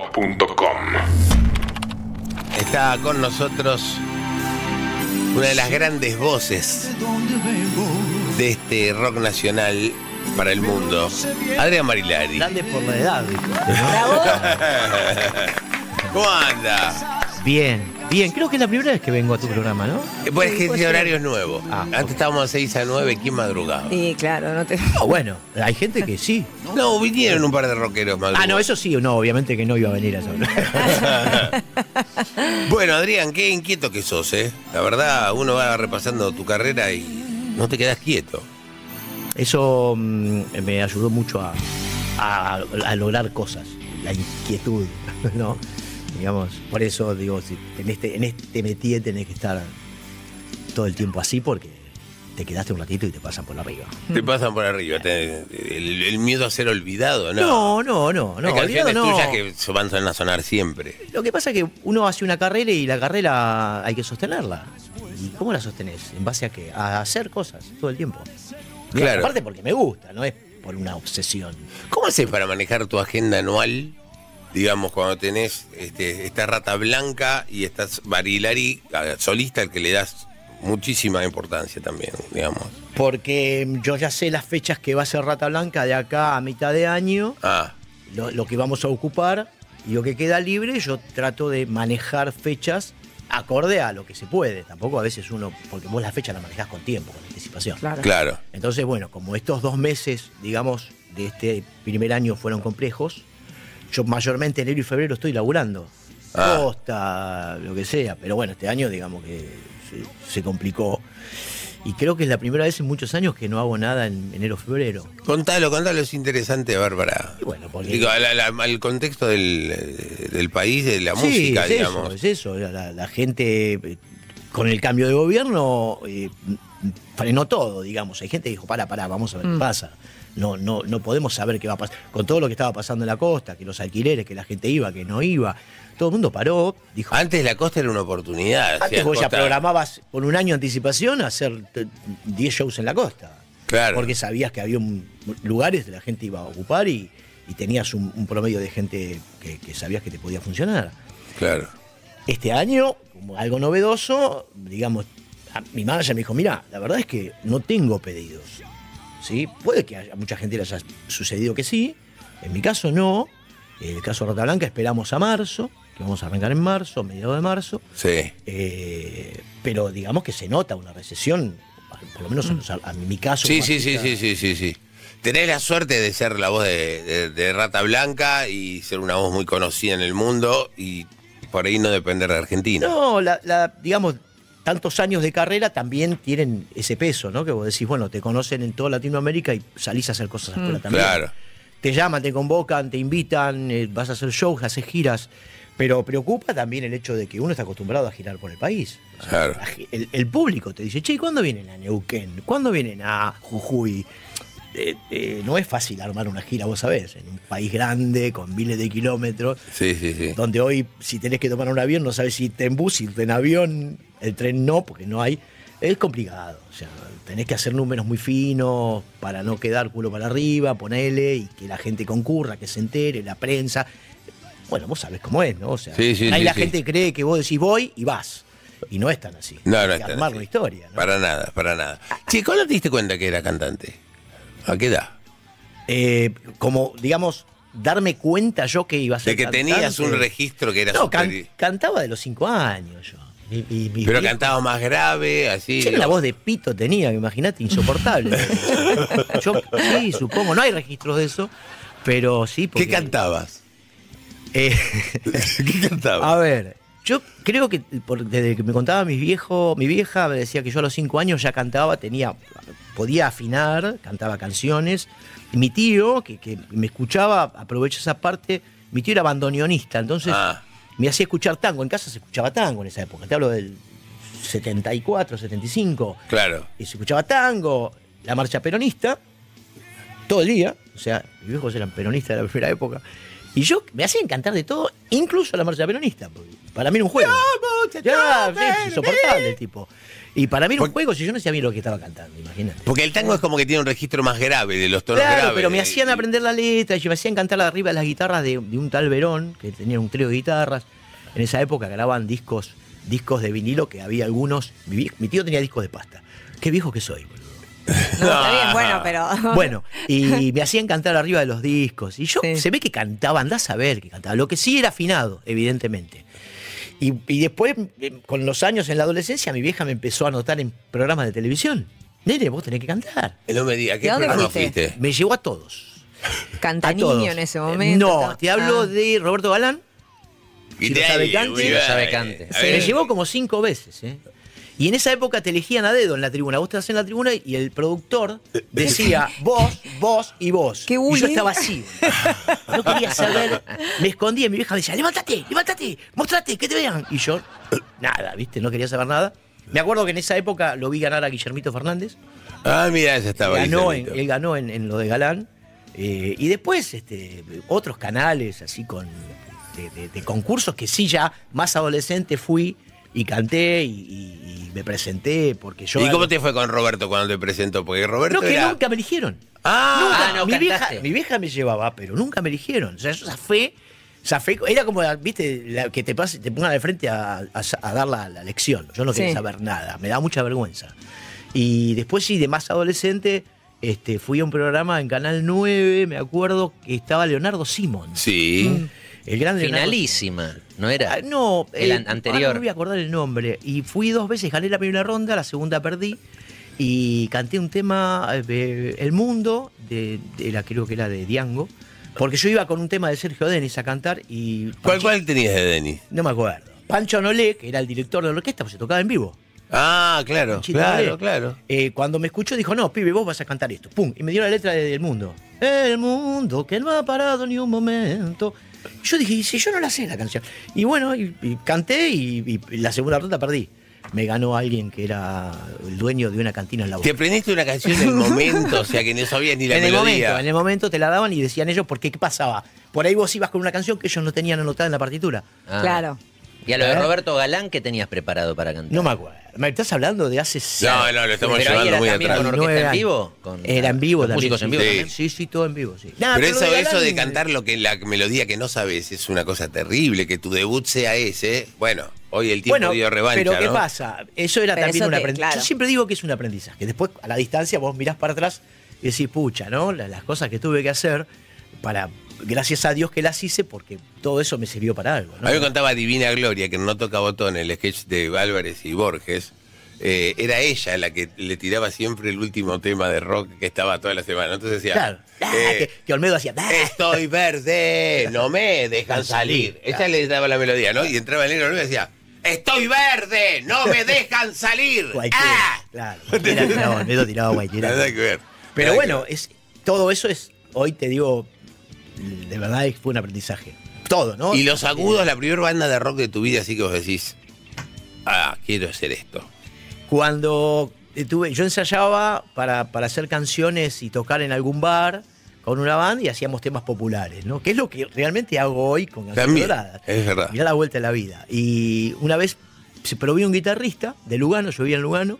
fmrockandpop.com Está con nosotros una de las grandes voces de este rock nacional para el mundo, Adrián Marilari. Grande por la edad. dijo. ¿Cómo anda? Bien, bien. Creo que es la primera vez que vengo a tu programa, ¿no? Eh, Bueno, es que este horario es nuevo. Antes estábamos a 6 a 9, ¿quién madrugaba? Sí, claro, no te. Ah, bueno, hay gente que sí. No, vinieron un par de rockeros Ah, no, madrugados. eso sí, no, obviamente que no iba a venir a esa Bueno, Adrián, qué inquieto que sos, ¿eh? La verdad, uno va repasando tu carrera y no te quedas quieto. Eso mm, me ayudó mucho a, a- a lograr cosas, la inquietud, ¿no? Digamos, por eso digo, si en este, en este métier tenés que estar todo el tiempo así porque te quedaste un ratito y te pasan por arriba. Te pasan por arriba. te- el, el miedo a ser olvidado, ¿no? No, no, no, no. Hay canciones olvidado, no. tuyas que so- van a sonar siempre. Lo que pasa es que uno hace una carrera y la carrera hay que sostenerla. ¿Y cómo la sostenés? ¿En base a qué? A hacer cosas todo el tiempo. Claro. Aparte porque me gusta, no es por una obsesión. ¿Cómo haces para manejar tu agenda anual? Digamos, cuando tenés este, esta rata blanca y estás Barilari, a- solista, al que le das muchísima importancia también, digamos. Porque yo ya sé las fechas que va a ser Rata Blanca de acá a mitad de año, Ah, lo, lo que vamos a ocupar y lo que queda libre, yo trato de manejar fechas acorde a lo que se puede. Tampoco a veces uno, porque vos las fechas las manejás con tiempo, con anticipación. Claro. claro. Entonces, bueno, como estos dos meses, digamos, de este primer año fueron complejos, yo mayormente enero y febrero estoy laburando. Ah. Costa, lo que sea. Pero bueno, este año, digamos que se, se complicó. Y creo que es la primera vez en muchos años que no hago nada en enero-febrero. Contalo, contalo, es interesante, Bárbara. Y bueno, porque. Digo, al, al- al contexto del, eh, del país, de la Sí, música, es digamos. Eso, es eso. La, la- la gente eh, con el cambio de gobierno eh, m- m- frenó todo, digamos. Hay gente que dijo, para, para, vamos a ver qué pasa. No, no, no podemos saber qué va a pasar. Con todo lo que estaba pasando en la costa, que los alquileres, que la gente iba, que no iba, todo el mundo paró, dijo. Antes la costa era una oportunidad. Antes hacían vos ya costa- programabas con un año de anticipación hacer eh, 10 shows en la costa. Claro. Porque sabías que había un- lugares que la gente iba a ocupar y, y tenías un, un promedio de gente que- que sabías que te podía funcionar. Claro. Este año, como algo novedoso, digamos, a- mi manager me dijo, mira, la verdad es que no tengo pedidos. ¿Sí? Puede que haya- a mucha gente le haya sucedido que sí, en mi caso no. En el caso de Rata Blanca esperamos a marzo, que vamos a arrancar en marzo, a mediados de marzo. Sí. Eh, pero digamos que se nota una recesión, por lo menos en los ar- a, mi caso. Mm. Sí, como sí, sí, artista, sí, sí, sí, sí. Tenés la suerte de ser la voz de, de- de Rata Blanca y ser una voz muy conocida en el mundo y por ahí no depender de Argentina. No, la, la- digamos, tantos años de carrera también tienen ese peso, ¿no? Que vos decís, bueno, te conocen en toda Latinoamérica y salís a hacer cosas afuera también. Claro. Te llaman, te convocan, te invitan, eh, vas a hacer shows, haces giras. Pero preocupa también el hecho de que uno está acostumbrado a girar por el país. O sea, Claro. la gi- El, el público te dice, che, ¿cuándo vienen a Neuquén? ¿Cuándo vienen a Jujuy? Eh, eh, no es fácil armar una gira, vos sabés, en un país grande, con miles de kilómetros Sí, sí, sí. donde hoy si tenés que tomar un avión no sabes si irte en bus, irte en avión, el tren no, porque no hay. Es complicado, o sea, tenés que hacer números muy finos para no quedar culo para arriba, ponele, y que la gente concurra, que se entere, la prensa. Bueno, vos sabés cómo es, ¿no? O sea, Sí, sí, ahí sí, la sí. gente cree que vos decís voy y vas. Y no es tan así. No, no Hay que es tan armar así. la historia, ¿no? Para nada, para nada. Che, ¿cuándo te diste cuenta que era cantante? ¿A qué edad? Eh, como, digamos, darme cuenta yo que iba a ser De que tenías cantante. un registro que era No, can- superi- cantaba de los cinco años yo. Y- y mis Pero viejos- cantaba más grave, así. Yo la voz de pito tenía, imagínate, insoportable. Yo, sí, supongo, no hay registros de eso, pero sí. ¿Qué Porque, cantabas? Eh, ¿Qué cantabas? a ver, yo creo que por- desde que me contaba mi viejo, mi vieja me decía que yo a los cinco años ya cantaba, tenía, podía afinar, cantaba canciones. Y mi tío, que, que me escuchaba, aprovecha esa parte, mi tío era bandoneonista, entonces Ah. me hacía escuchar tango. En casa se escuchaba tango en esa época, te hablo del 74, 75 Claro. y se escuchaba tango, la marcha peronista, todo el día. O sea, mis viejos eran peronistas de la primera época. Y yo me hacían cantar de todo, incluso la marcha peronista. porque Para mí era un juego. angustia. Ya, no, sí, ven, insoportable ven. el tipo. Y para mí era un eh. Porque- juego si yo no sabía lo que estaba cantando, imagínate. Porque el tango es como que tiene un registro más grave de los tonos Claro, graves. pero me Y- hacían aprender la letra y me hacían cantar arriba de las guitarras de, de un tal Verón, que tenía un trío de guitarras. En esa época grababan discos, discos de vinilo que había algunos. Mi, vie- mi tío tenía discos de pasta. Qué viejo que soy, boludo. Está bien, bueno, pero. Bueno, y me hacían cantar arriba de los discos. Y yo Sí. se ve que cantaba, andás a ver que cantaba. Lo que sí era afinado, evidentemente. Y, y después, eh, con los años en la adolescencia, mi vieja me empezó a anotar en programas de televisión. Nene, vos tenés que cantar. No me diga, ¿qué ¿De dónde programa fuiste? fuiste? Me llevó a todos. Canta A todos. Eh, niño en ese momento. No, te hablo Ah. de Roberto Galán. Si lo sabe ahí, Cante. güey, Si lo sabe eh, Cante. a Sí. ver. Me llevó como cinco veces, ¿eh? Y en esa época te elegían a dedo en la tribuna. Vos estás en la tribuna y el productor decía vos, vos y vos. Qué y yo bullying. estaba así. No quería saber. Me escondía y mi vieja me decía, levántate, levántate, mostrate, que te vean. Y yo, nada, ¿viste? No quería saber nada. Me acuerdo que en esa época lo vi ganar a Guillermito Fernández. Ah, mira, esa estaba ahí, ganó en, Sarmito. él ganó en, en lo de Galán. eh, y después este, otros canales así con de, de- de concursos que sí ya más adolescente fui y canté y, y- y me presenté porque yo... ¿Y cómo te fue con Roberto cuando te presentó? Porque Roberto No, que era... nunca me eligieron. Ah, Nunca. no, mi, vieja, cantaste. mi vieja me llevaba, pero nunca me eligieron. O sea, yo zafé, zafé- Era como, viste, la- que te, pase- te pongan al frente a, a sa- a dar la, la lección. Yo no quería Sí. saber nada, me da mucha vergüenza. Y después, sí, de más adolescente, este, fui a un programa en Canal 9, me acuerdo que estaba Leonardo Simon. sí. El gran Leonardo- Finalísima, ¿no era? Ah, no, El eh, an- ahora anterior. No me voy a acordar el nombre. Y fui dos veces, gané la primera ronda, la segunda perdí. Y canté un tema, eh, El Mundo, de, de la creo que era de Diango. Porque yo iba con un tema de Sergio Denis a cantar y. ¿Cuál, Pancho- cuál tenías de Denis? No me acuerdo. Pancho Nolé, que era el director de la orquesta, pues se tocaba en vivo. Ah, claro, Panchito claro, Nolé. claro. Eh, cuando me escuchó dijo, no, pibe, vos vas a cantar esto. Pum. Y me dio la letra de El Mundo. El mundo que no ha parado ni un momento. Yo dije, ¿y si yo no la sé la canción? Y bueno, y, y canté y, y la segunda ronda perdí. Me ganó alguien que era el dueño de una cantina en la Te boca. aprendiste una canción en el momento, o sea que no sabías ni la En el melodía. momento, en el momento te la daban y decían ellos, porque qué pasaba? Por ahí vos ibas con una canción que ellos no tenían anotada en la partitura. Ah. Claro. Y a lo de ¿Eh? Roberto Galán, ¿qué tenías preparado para cantar? No me acuerdo. Me estás hablando de hace No, no, lo estamos Pero ahí llevando era muy también atrás. con orquesta 19 en años. vivo. Con, Era en vivo con también. Músicos en vivo Sí. también. Sí, sí, todo en vivo, sí. Nah, Pero lo eso, de eso de Galán- cantar lo que la melodía que no sabes es una cosa terrible, que tu debut sea ese. Bueno, hoy el tiempo dio revancha, Pero ¿qué ¿no? pasa? Eso era Pero también eso un te- aprendizaje. claro. Yo siempre digo que es un aprendizaje. Después, a la distancia, vos mirás para atrás y decís, pucha, ¿no? La- Las, cosas que tuve que hacer para. Gracias a Dios que las hice porque todo eso me sirvió para algo. ¿no? A mí me contaba Divina Gloria, que no toca botón, el sketch de Álvarez y Borges. eh, era ella la que le tiraba siempre el último tema de rock que estaba toda la semana. Entonces decía, Claro. Ah, eh, que, que Olmedo hacía. ah, estoy verde, no me dejan salir. Ella le daba la melodía, ¿no? Y entraba el negro y decía, estoy verde, no me dejan salir. cualquiera. ¡Ah! Claro. cualquiera tiraba Olmedo, tiraba cualquiera. Nada que ver. Pero Nada bueno, que ver. es, todo eso es. Hoy te digo, de verdad fue un aprendizaje. Todo, ¿no? Y los agudos, la primera banda de rock de tu vida, así que vos decís, ah, quiero hacer esto. cuando tuve, yo ensayaba para, para hacer canciones y tocar en algún bar con una banda y hacíamos temas populares, ¿no? Que es lo que realmente hago hoy con Canción También, Dorada. es verdad. Mirá la vuelta de la vida. Y una vez se probé un guitarrista de Lugano, yo vivía en Lugano,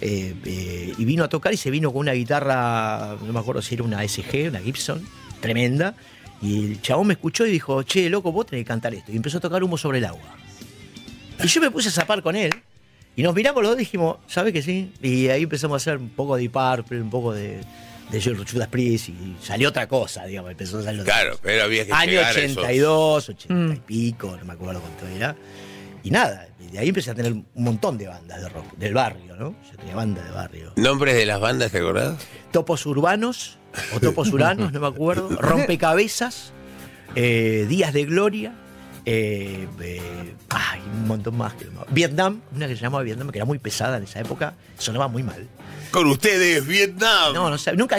eh, eh, y vino a tocar y se vino con una guitarra, no me acuerdo si era una SG, una Gibson, tremenda. Y el chabón me escuchó y dijo, che, loco, vos tenés que cantar esto. Y empezó a tocar humo sobre el agua. Y yo me puse a zapar con él. Y nos miramos los dos y dijimos, ¿sabes que sí? Y ahí empezamos a hacer un poco de Deep Purple, un poco de, de Judas Priest. Y salió otra cosa, digamos, empezó a salir otra Claro, cosa. pero había que Año llegar a esos- 82, 80 y Mm. pico, no me acuerdo cuánto era. Y nada, y de ahí empecé a tener un montón de bandas de rock, del barrio, ¿no? Yo tenía bandas de barrio. ¿Nombres de las bandas, te acordás? Topos urbanos, o topos uranos, no me acuerdo. Rompecabezas, eh, Días de Gloria, eh, eh, ay, un montón más. Que no me acuerdo. Vietnam, una que se llamaba Vietnam, que era muy pesada en esa época, sonaba muy mal. Con ustedes, Vietnam. No, no, sab- nunca,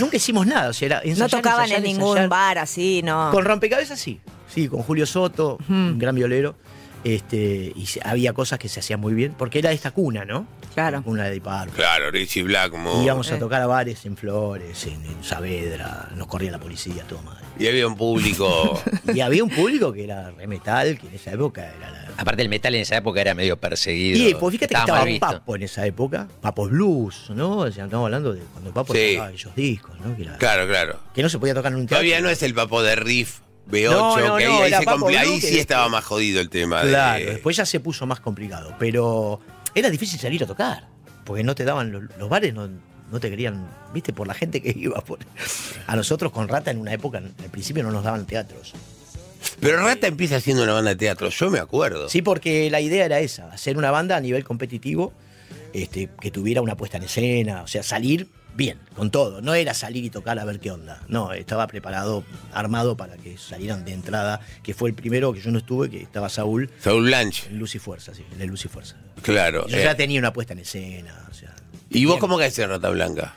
nunca hicimos nada. O sea, era No ensayar, tocaban ensayar, en ningún ensayar. bar así, no. Con rompecabezas sí, sí, con Julio Soto, un gran violero. Este, y se- había cosas que se hacían muy bien, porque era esta cuna, ¿no? Claro. La cuna de Par. Claro, Richie Blackmore. Íbamos a Eh. tocar a bares en Flores, en, en Saavedra, nos corría la policía, todo madre. Y había un público. Y había un público que era re metal, que en esa época era la. Aparte el metal en esa época era medio perseguido. Y pues fíjate Estaba mal que visto. estaba Papo en esa época, Papo Blues, ¿no? O sea, estamos hablando de cuando Papo Sí. tocaba esos discos, ¿no? Que, era- Claro, claro. que no se podía tocar en un teatro. Todavía no es el papo de Riff B8, No, no, que ahí- no, ahí, era se Papo compli- ahí Blue, que sí después- estaba más jodido el tema. de- Claro, después ya se puso más complicado, pero era difícil salir a tocar, porque no te daban, los, los bares no, no te querían, viste, por la gente que iba. por- A nosotros con Rata en una época, al principio no nos daban teatros. Pero Rata empieza haciendo una banda de teatro, yo me acuerdo. Sí, porque la idea era esa, hacer una banda a nivel competitivo, este, que tuviera una puesta en escena, o sea, salir bien, con todo. No era salir y tocar a ver qué onda. No, estaba preparado, armado para que salieran de entrada, que fue el primero que yo no estuve, que estaba Saúl, Saul Blanche, en Luz y Fuerza, sí, en el Luz y Fuerza. claro. Yo eh. ya tenía una puesta en escena, o sea. ¿Y vos cómo caes en Rata Blanca?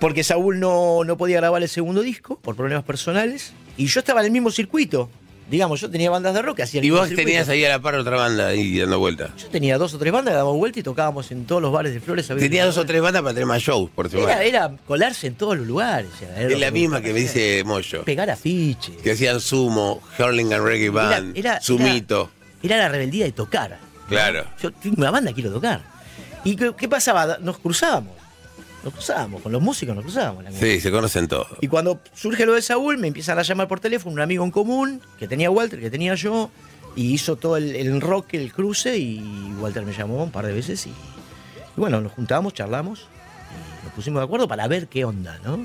Porque Saúl no, no podía grabar el segundo disco por problemas personales, y yo estaba en el mismo circuito. Digamos, yo tenía bandas de rock que hacían el Y mismo vos circuito. tenías ahí a la par otra banda ahí dando vueltas. Yo tenía dos o tres bandas, dábamos vuelta y tocábamos en todos los bares de Flores. ¿sabés? Tenía dos o tres bandas para tener más shows, por Era, semana. era colarse en todos los lugares. o sea, era Es lo la me misma gustaba que me hacer. dice Moyo. Pegar afiches. Que hacían sumo, Hurling and Reggae Era- Band, era- Sumito. Era la rebeldía de tocar. ¿no? Claro. Yo tengo una banda, quiero tocar. ¿Y qué, qué pasaba? Nos cruzábamos. Nos cruzábamos, con los músicos nos cruzábamos. en la Sí, se conocen todos. Y cuando surge lo de Saúl, me empiezan a llamar por teléfono un amigo en común, que tenía Walter, que tenía yo, y hizo todo el, el rock, el cruce, y Walter me llamó un par de veces, y, y bueno, nos juntamos, charlamos, y nos pusimos de acuerdo para ver qué onda, ¿no?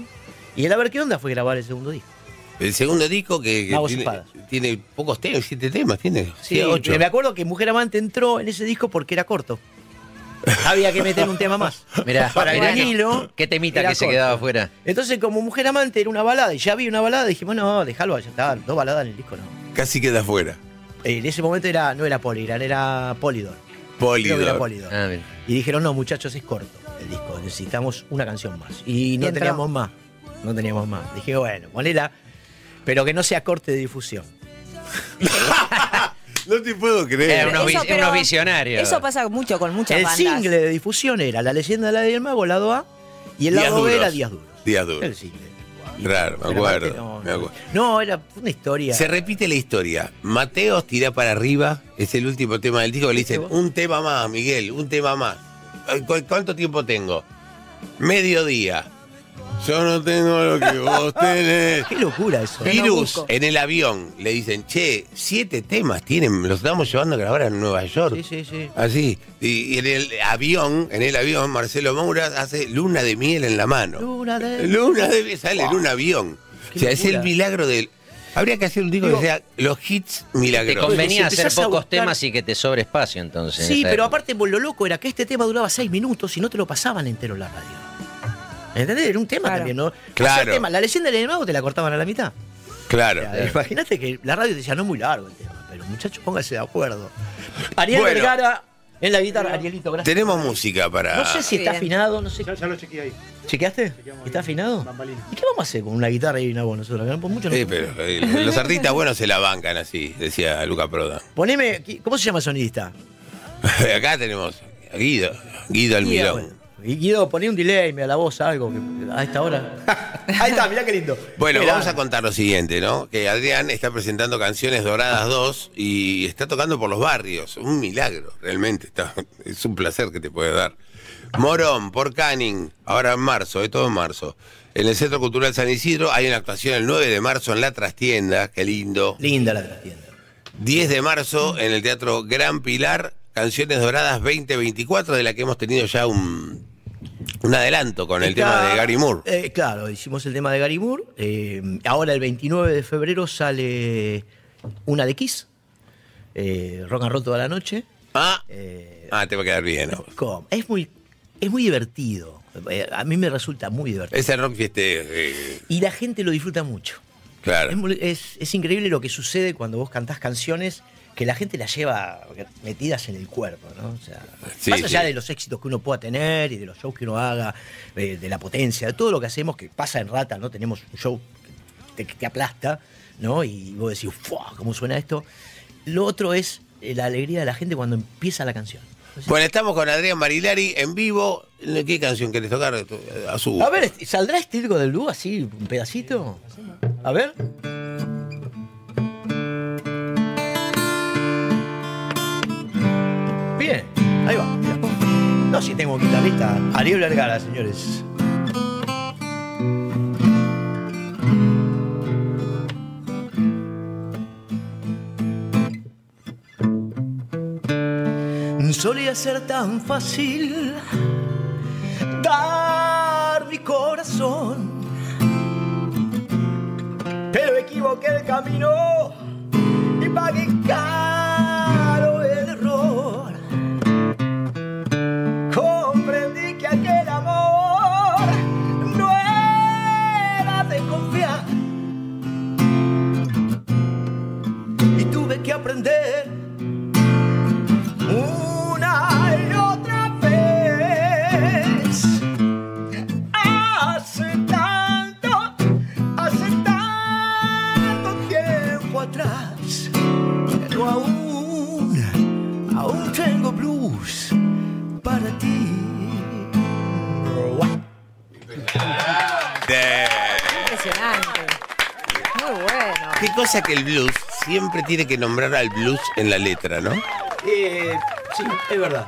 Y el a ver qué onda fue grabar el segundo disco. El segundo disco que, que Magos y tiene, Espadas. tiene pocos temas, siete temas, tiene Sí, ocho. me acuerdo que Mujer Amante entró en ese disco porque era corto. Había que meter un tema más. Mirá, para mirá, vinilo, Qué temita era que se corto. quedaba afuera. Entonces, como Mujer Amante era una balada, y ya había una balada, dijimos, no, déjalo, ya está, dos baladas en el disco, no. Casi queda afuera. En ese momento era, no era Polygram, era Polydor. Creo que Polydor. era Polydor. Ah, bien. Y dijeron, no, muchachos, es corto el disco, necesitamos una canción más. Y no entró. teníamos más, no teníamos más. Dije, bueno, ponela, pero que no sea corte de difusión. No te puedo creer. Era unos vi- pero unos visionarios. Eso pasa mucho con muchas el bandas. single de difusión era La leyenda de la del mago, lado A, y el Días lado B duros. era Días Duros. Días El duros. single. Claro, me Pero acuerdo. aparte no, me acuerdo. no, era una historia. Se repite la historia. Mateos tira para arriba, es el último tema del disco. Le dicen, ¿Viste Este vos? un tema más, Miguel, un tema más. Ay, ¿cu- ¿Cuánto tiempo tengo? Mediodía. Yo no tengo lo que vos tenés. Qué locura eso. no Virus busco. en el avión. Le dicen, che, siete temas tienen, los estamos llevando a grabar en Nueva York. Sí, sí, sí. Así. Y, y en el avión, en el avión, Marcelo Moura hace luna de miel en la mano. Luna de- Luna de miel sale en un avión. O Qué sea, es el locura. milagro del. Habría que hacer un disco que Digo, sea los hits Te milagrosos. convenía Si hacer empezás a pocos buscar- temas y que te sobre espacio entonces. en Sí, esa pero época. aparte lo loco era que este tema duraba seis minutos y no te lo pasaban entero en la radio. ¿Entendés? Era un tema Claro. también, ¿no? Claro. Hacía tema. La leyenda del mago te la cortaban a la mitad. Claro. O sea, Imagínate que la radio te decía, no es muy largo el tema, pero muchachos, pónganse de acuerdo. Ariel Bueno. Vergara en la guitarra. Arielito, gracias. Tenemos música para. No sé si está Bien. afinado, no sé. Ya, ya lo chequeé ahí. ¿Chequeaste? Chequeamos ¿Está bien. afinado? Bambalina. ¿Y qué vamos a hacer con una guitarra y una voz nosotros? acá? Por mucho no- Eh, pero, eh, los artistas buenos se la bancan así, decía Luca Proda. Poneme, ¿qué- ¿cómo se llama el sonidista? Acá tenemos a Guido, Guido Almirón. Bueno, y Guido, poné un delay, me a la voz algo, que- a esta hora. Ahí está, mirá qué lindo. Bueno, Mirá. vamos a contar lo siguiente, ¿no? Que Adrián está presentando Canciones Doradas 2 y está tocando por los barrios. Un milagro, realmente. Está, es un placer que te puede dar. Morón, por Canning, ahora en marzo, es todo en marzo. En el Centro Cultural San Isidro hay una actuación el 9 de marzo en La Trastienda, qué lindo. Linda la trastienda. 10 de marzo en el Teatro Gran Pilar, Canciones Doradas 2024, de la que hemos tenido ya un, un adelanto con el Está- tema de Gary Moore. eh, claro, hicimos el tema de Gary Moore. eh, ahora el 29 de febrero sale una de Kiss. eh, rock and roll toda la noche. Ah, eh, ah, te va a quedar bien. ¿no? con- es, muy, es muy divertido. eh, a mí me resulta muy divertido. Ese rock fiesteo, sí, Y la gente lo disfruta mucho. Es, eh, claro. muy- es- es increíble lo que sucede cuando vos cantás canciones que la gente las lleva metidas en el cuerpo, ¿no? O sea, Sí, más allá sí. de los éxitos que uno pueda tener y de los shows que uno haga, eh, de, la potencia, de todo lo que hacemos que pasa en Rata, ¿no? Tenemos un show que te, que te aplasta, ¿no? Y vos decís, ¡fua! ¿Cómo suena esto? Lo otro es eh, la alegría de la gente cuando empieza la canción. Bueno, estamos con Adrián Marilari en vivo. ¿Qué canción querés tocar? A su. este A ver, ¿saldrá este disco del Blue así, un pedacito? A ver. Ariel Vergara, señores. Solía ser tan fácil dar mi corazón, pero equivoqué el camino y pagué caro el error. Comprendí que aquel amor no era de confiar y tuve que aprender una y otra vez. Hace tanto, hace tanto tiempo atrás, pero aún, aún tengo blues para ti. Impresionante. Muy bueno. Qué cosa que el blues siempre tiene que nombrar al blues en la letra, ¿no? Eh, sí, es verdad.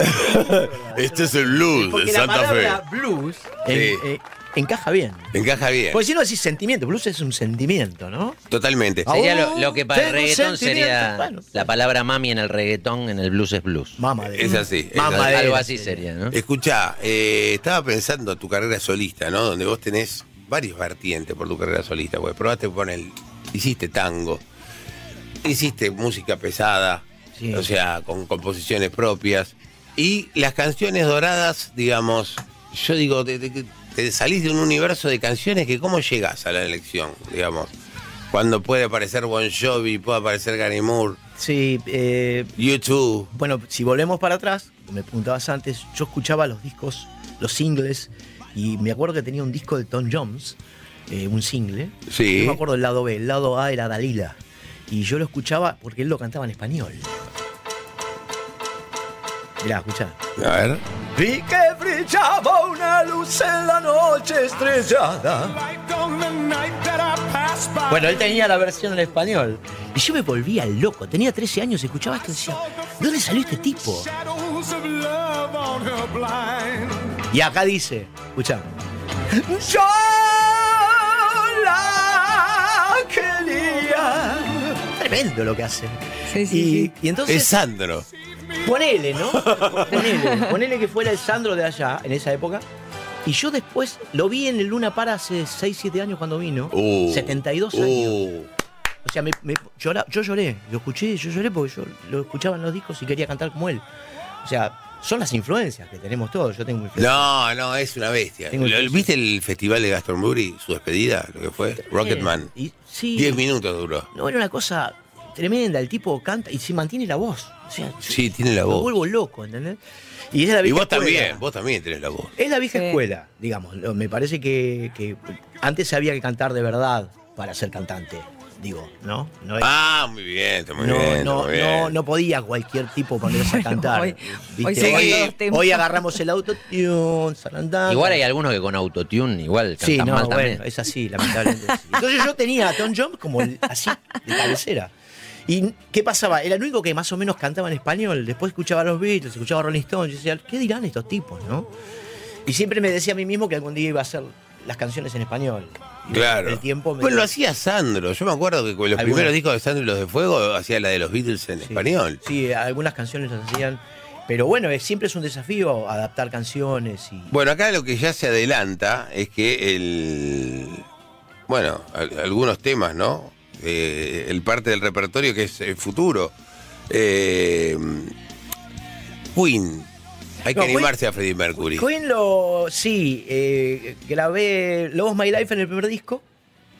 Este es el blues Porque de la Santa Fe. palabra blues Sí. eh, eh, encaja bien. Encaja bien. Porque si no decís sentimiento, blues es un sentimiento, ¿no? Totalmente. Sería lo, Aún lo que para el tengo reggaetón sentimientos. sería Bueno. la palabra mami en el reggaetón, en el blues es blues. Mamá de Es así, es Mamá eh, así. de- Algo así sería, eh, ¿no? Escucha, eh, estaba pensando tu carrera solista, ¿no? Donde vos tenés varios vertientes por tu carrera solista, porque probaste con el. Hiciste tango, hiciste música pesada, Sí. o sea, con composiciones propias. Y las canciones doradas, digamos, yo digo, te, te- te salís de un universo de canciones que cómo llegás a la elección, digamos. Cuando puede aparecer Bon Jovi, puede aparecer Gary Moore, Sí, eh, YouTube. bueno, si volvemos para atrás, me preguntabas antes, yo escuchaba los discos, los singles, y me acuerdo que tenía un disco de Tom Jones, eh, un single. Sí. No me acuerdo el lado B, el lado A era Dalila. Y yo lo escuchaba porque él lo cantaba en español. Mirá, escuchá. A ver. Vi que brillaba una luz en la noche estrellada. Bueno, él tenía la versión en español. Y yo me volvía loco. Tenía 13 años, escuchaba esto y decía, ¿de dónde salió este tipo? Y acá dice, escucha. Yo la quería. Tremendo lo que hace. Sí, sí, y, sí. y entonces... Es Sandro. Ponele, ¿no? Ponele, ponele que fuera el Sandro de allá, en esa época. Y yo después lo vi en el Luna Para hace 6, 7 años cuando vino. Uh, 72 años. uh. O sea, me, me llora- yo lloré. Lo escuché, yo lloré porque yo lo escuchaba en los discos y quería cantar como él. O sea, son las influencias que tenemos todos. Yo tengo influencias. No, no, es una bestia. Tengo Lo- el- ¿Viste el festival de Glastonbury? Su despedida, lo que fue. Rocketman. Y, sí. Diez minutos duró. No, era una cosa tremenda. El tipo canta y se mantiene la voz. O sea, Sí, tiene la me voz. vuelvo loco, ¿entendés? Y, esa es la Y vieja vos escuela. también, vos también tenés la voz. Es la vieja Sí. escuela, digamos. Lo- Me parece que, que antes había que cantar de verdad para ser cantante, digo, ¿no? No, es- Ah, muy bien, está muy no, bien. está no, muy no, bien. no podía cualquier tipo ponerse a cantar. hoy- ¿viste? hoy se van todos hoy, temas. hoy agarramos el autotune, sarandanga. Igual hay algunos que con autotune igual cantan Sí, no, mal bueno, también. es así, lamentablemente. sí. Entonces yo tenía a Tom Jones como el- así, de cabecera. ¿Y qué pasaba? Era el único que más o menos cantaba en español. Después escuchaba a los Beatles, escuchaba a Rolling Stones. Yo decía, ¿qué dirán estos tipos, no? Y siempre me decía a mí mismo que algún día iba a hacer las canciones en español. Y Claro. El tiempo me- Pues lo hacía Sandro. Yo me acuerdo que con los Algunos. primeros discos de Sandro y los de Fuego hacía la de los Beatles en Sí. español. Sí, algunas canciones las hacían. Pero bueno, es- siempre es un desafío adaptar canciones y. Bueno, acá lo que ya se adelanta es que el. Bueno, al- algunos temas, ¿no? Eh, el parte del repertorio que es el futuro. Eh, Queen. Hay que No, Queen- animarse a Freddie Mercury. Queen lo. Sí, eh, grabé Love My Life en el primer disco,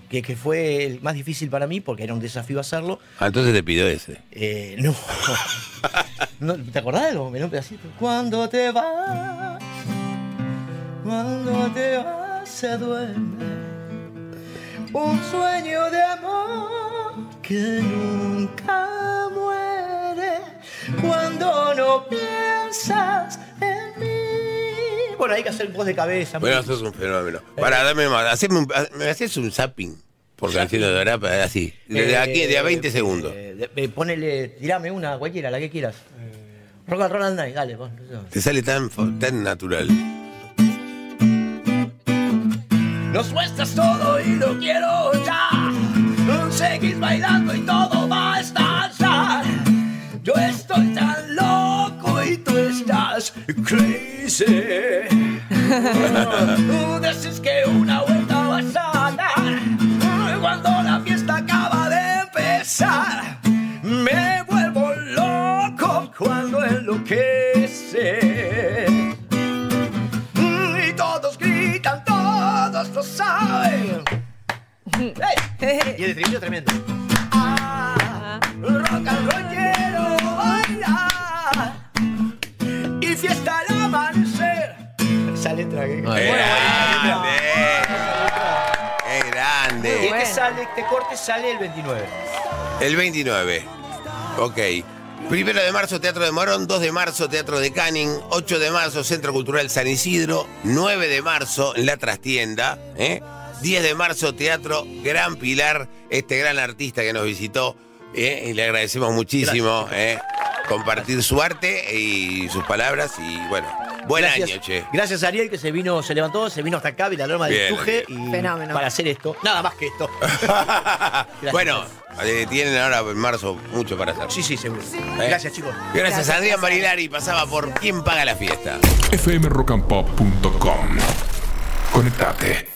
que, que fue el más difícil para mí porque era un desafío hacerlo. Ah, entonces te pido ese. Eh, no. No, ¿Te acordás de lo un pedacito? Cuando te vas, cuando te vas se duerme un sueño de amor que nunca muere cuando no piensas en mí. Bueno, hay que hacer voz de cabeza. Bueno, eso es un fenómeno. Para, dame más. Haceme un- ha- ¿Me haces un zapping? Por canción de Dorapa, así. De aquí, de a 20 Eh, segundos. eh, de- eh, ponele, tirame una, cualquiera, la que quieras. Rock and Roll and Night, dale, vos. no sé. Te sale tan, fo- tan natural. Lo sueltas todo y lo quiero ya. No seguís bailando y todo va a estallar. Yo estoy tan loco y tú estás crazy. Tú dices que una vuelta vas a dar. Cuando la fiesta acaba de empezar, me vuelvo loco cuando enloquece. Mm, Y todos gritan, todos lo saben. Jeje. Y el estribillo tremendo. Ah, rock and roll quiero bailar y fiesta al amanecer. Esa letra que. Muy ¡Qué bien. grande! ¡Qué Y eh, grande! Bueno. este, sale, este corte sale el 29. El 29. Ok. Primero de marzo, Teatro de Morón. 2 de marzo, Teatro de Canning. 8 de marzo, Centro Cultural San Isidro. 9 de marzo, La Trastienda. ¿eh? 10 de marzo, Teatro Gran Pilar. Este gran artista que nos visitó. ¿eh? Y le agradecemos muchísimo ¿eh? compartir su arte y sus palabras. Y bueno, buen gracias, año, che. Gracias a Ariel que se vino, se levantó, se vino hasta acá, la Loma del Bien, Tuje. y- Fenómeno. Para hacer esto. Nada más que esto. bueno, eh, tienen ahora en marzo mucho para hacer. Sí, sí, seguro. ¿eh? Gracias, chicos. Gracias, Adrián Barilari. Pasaba por ¿Quién paga la fiesta? fmrockandpop.com. Conectate.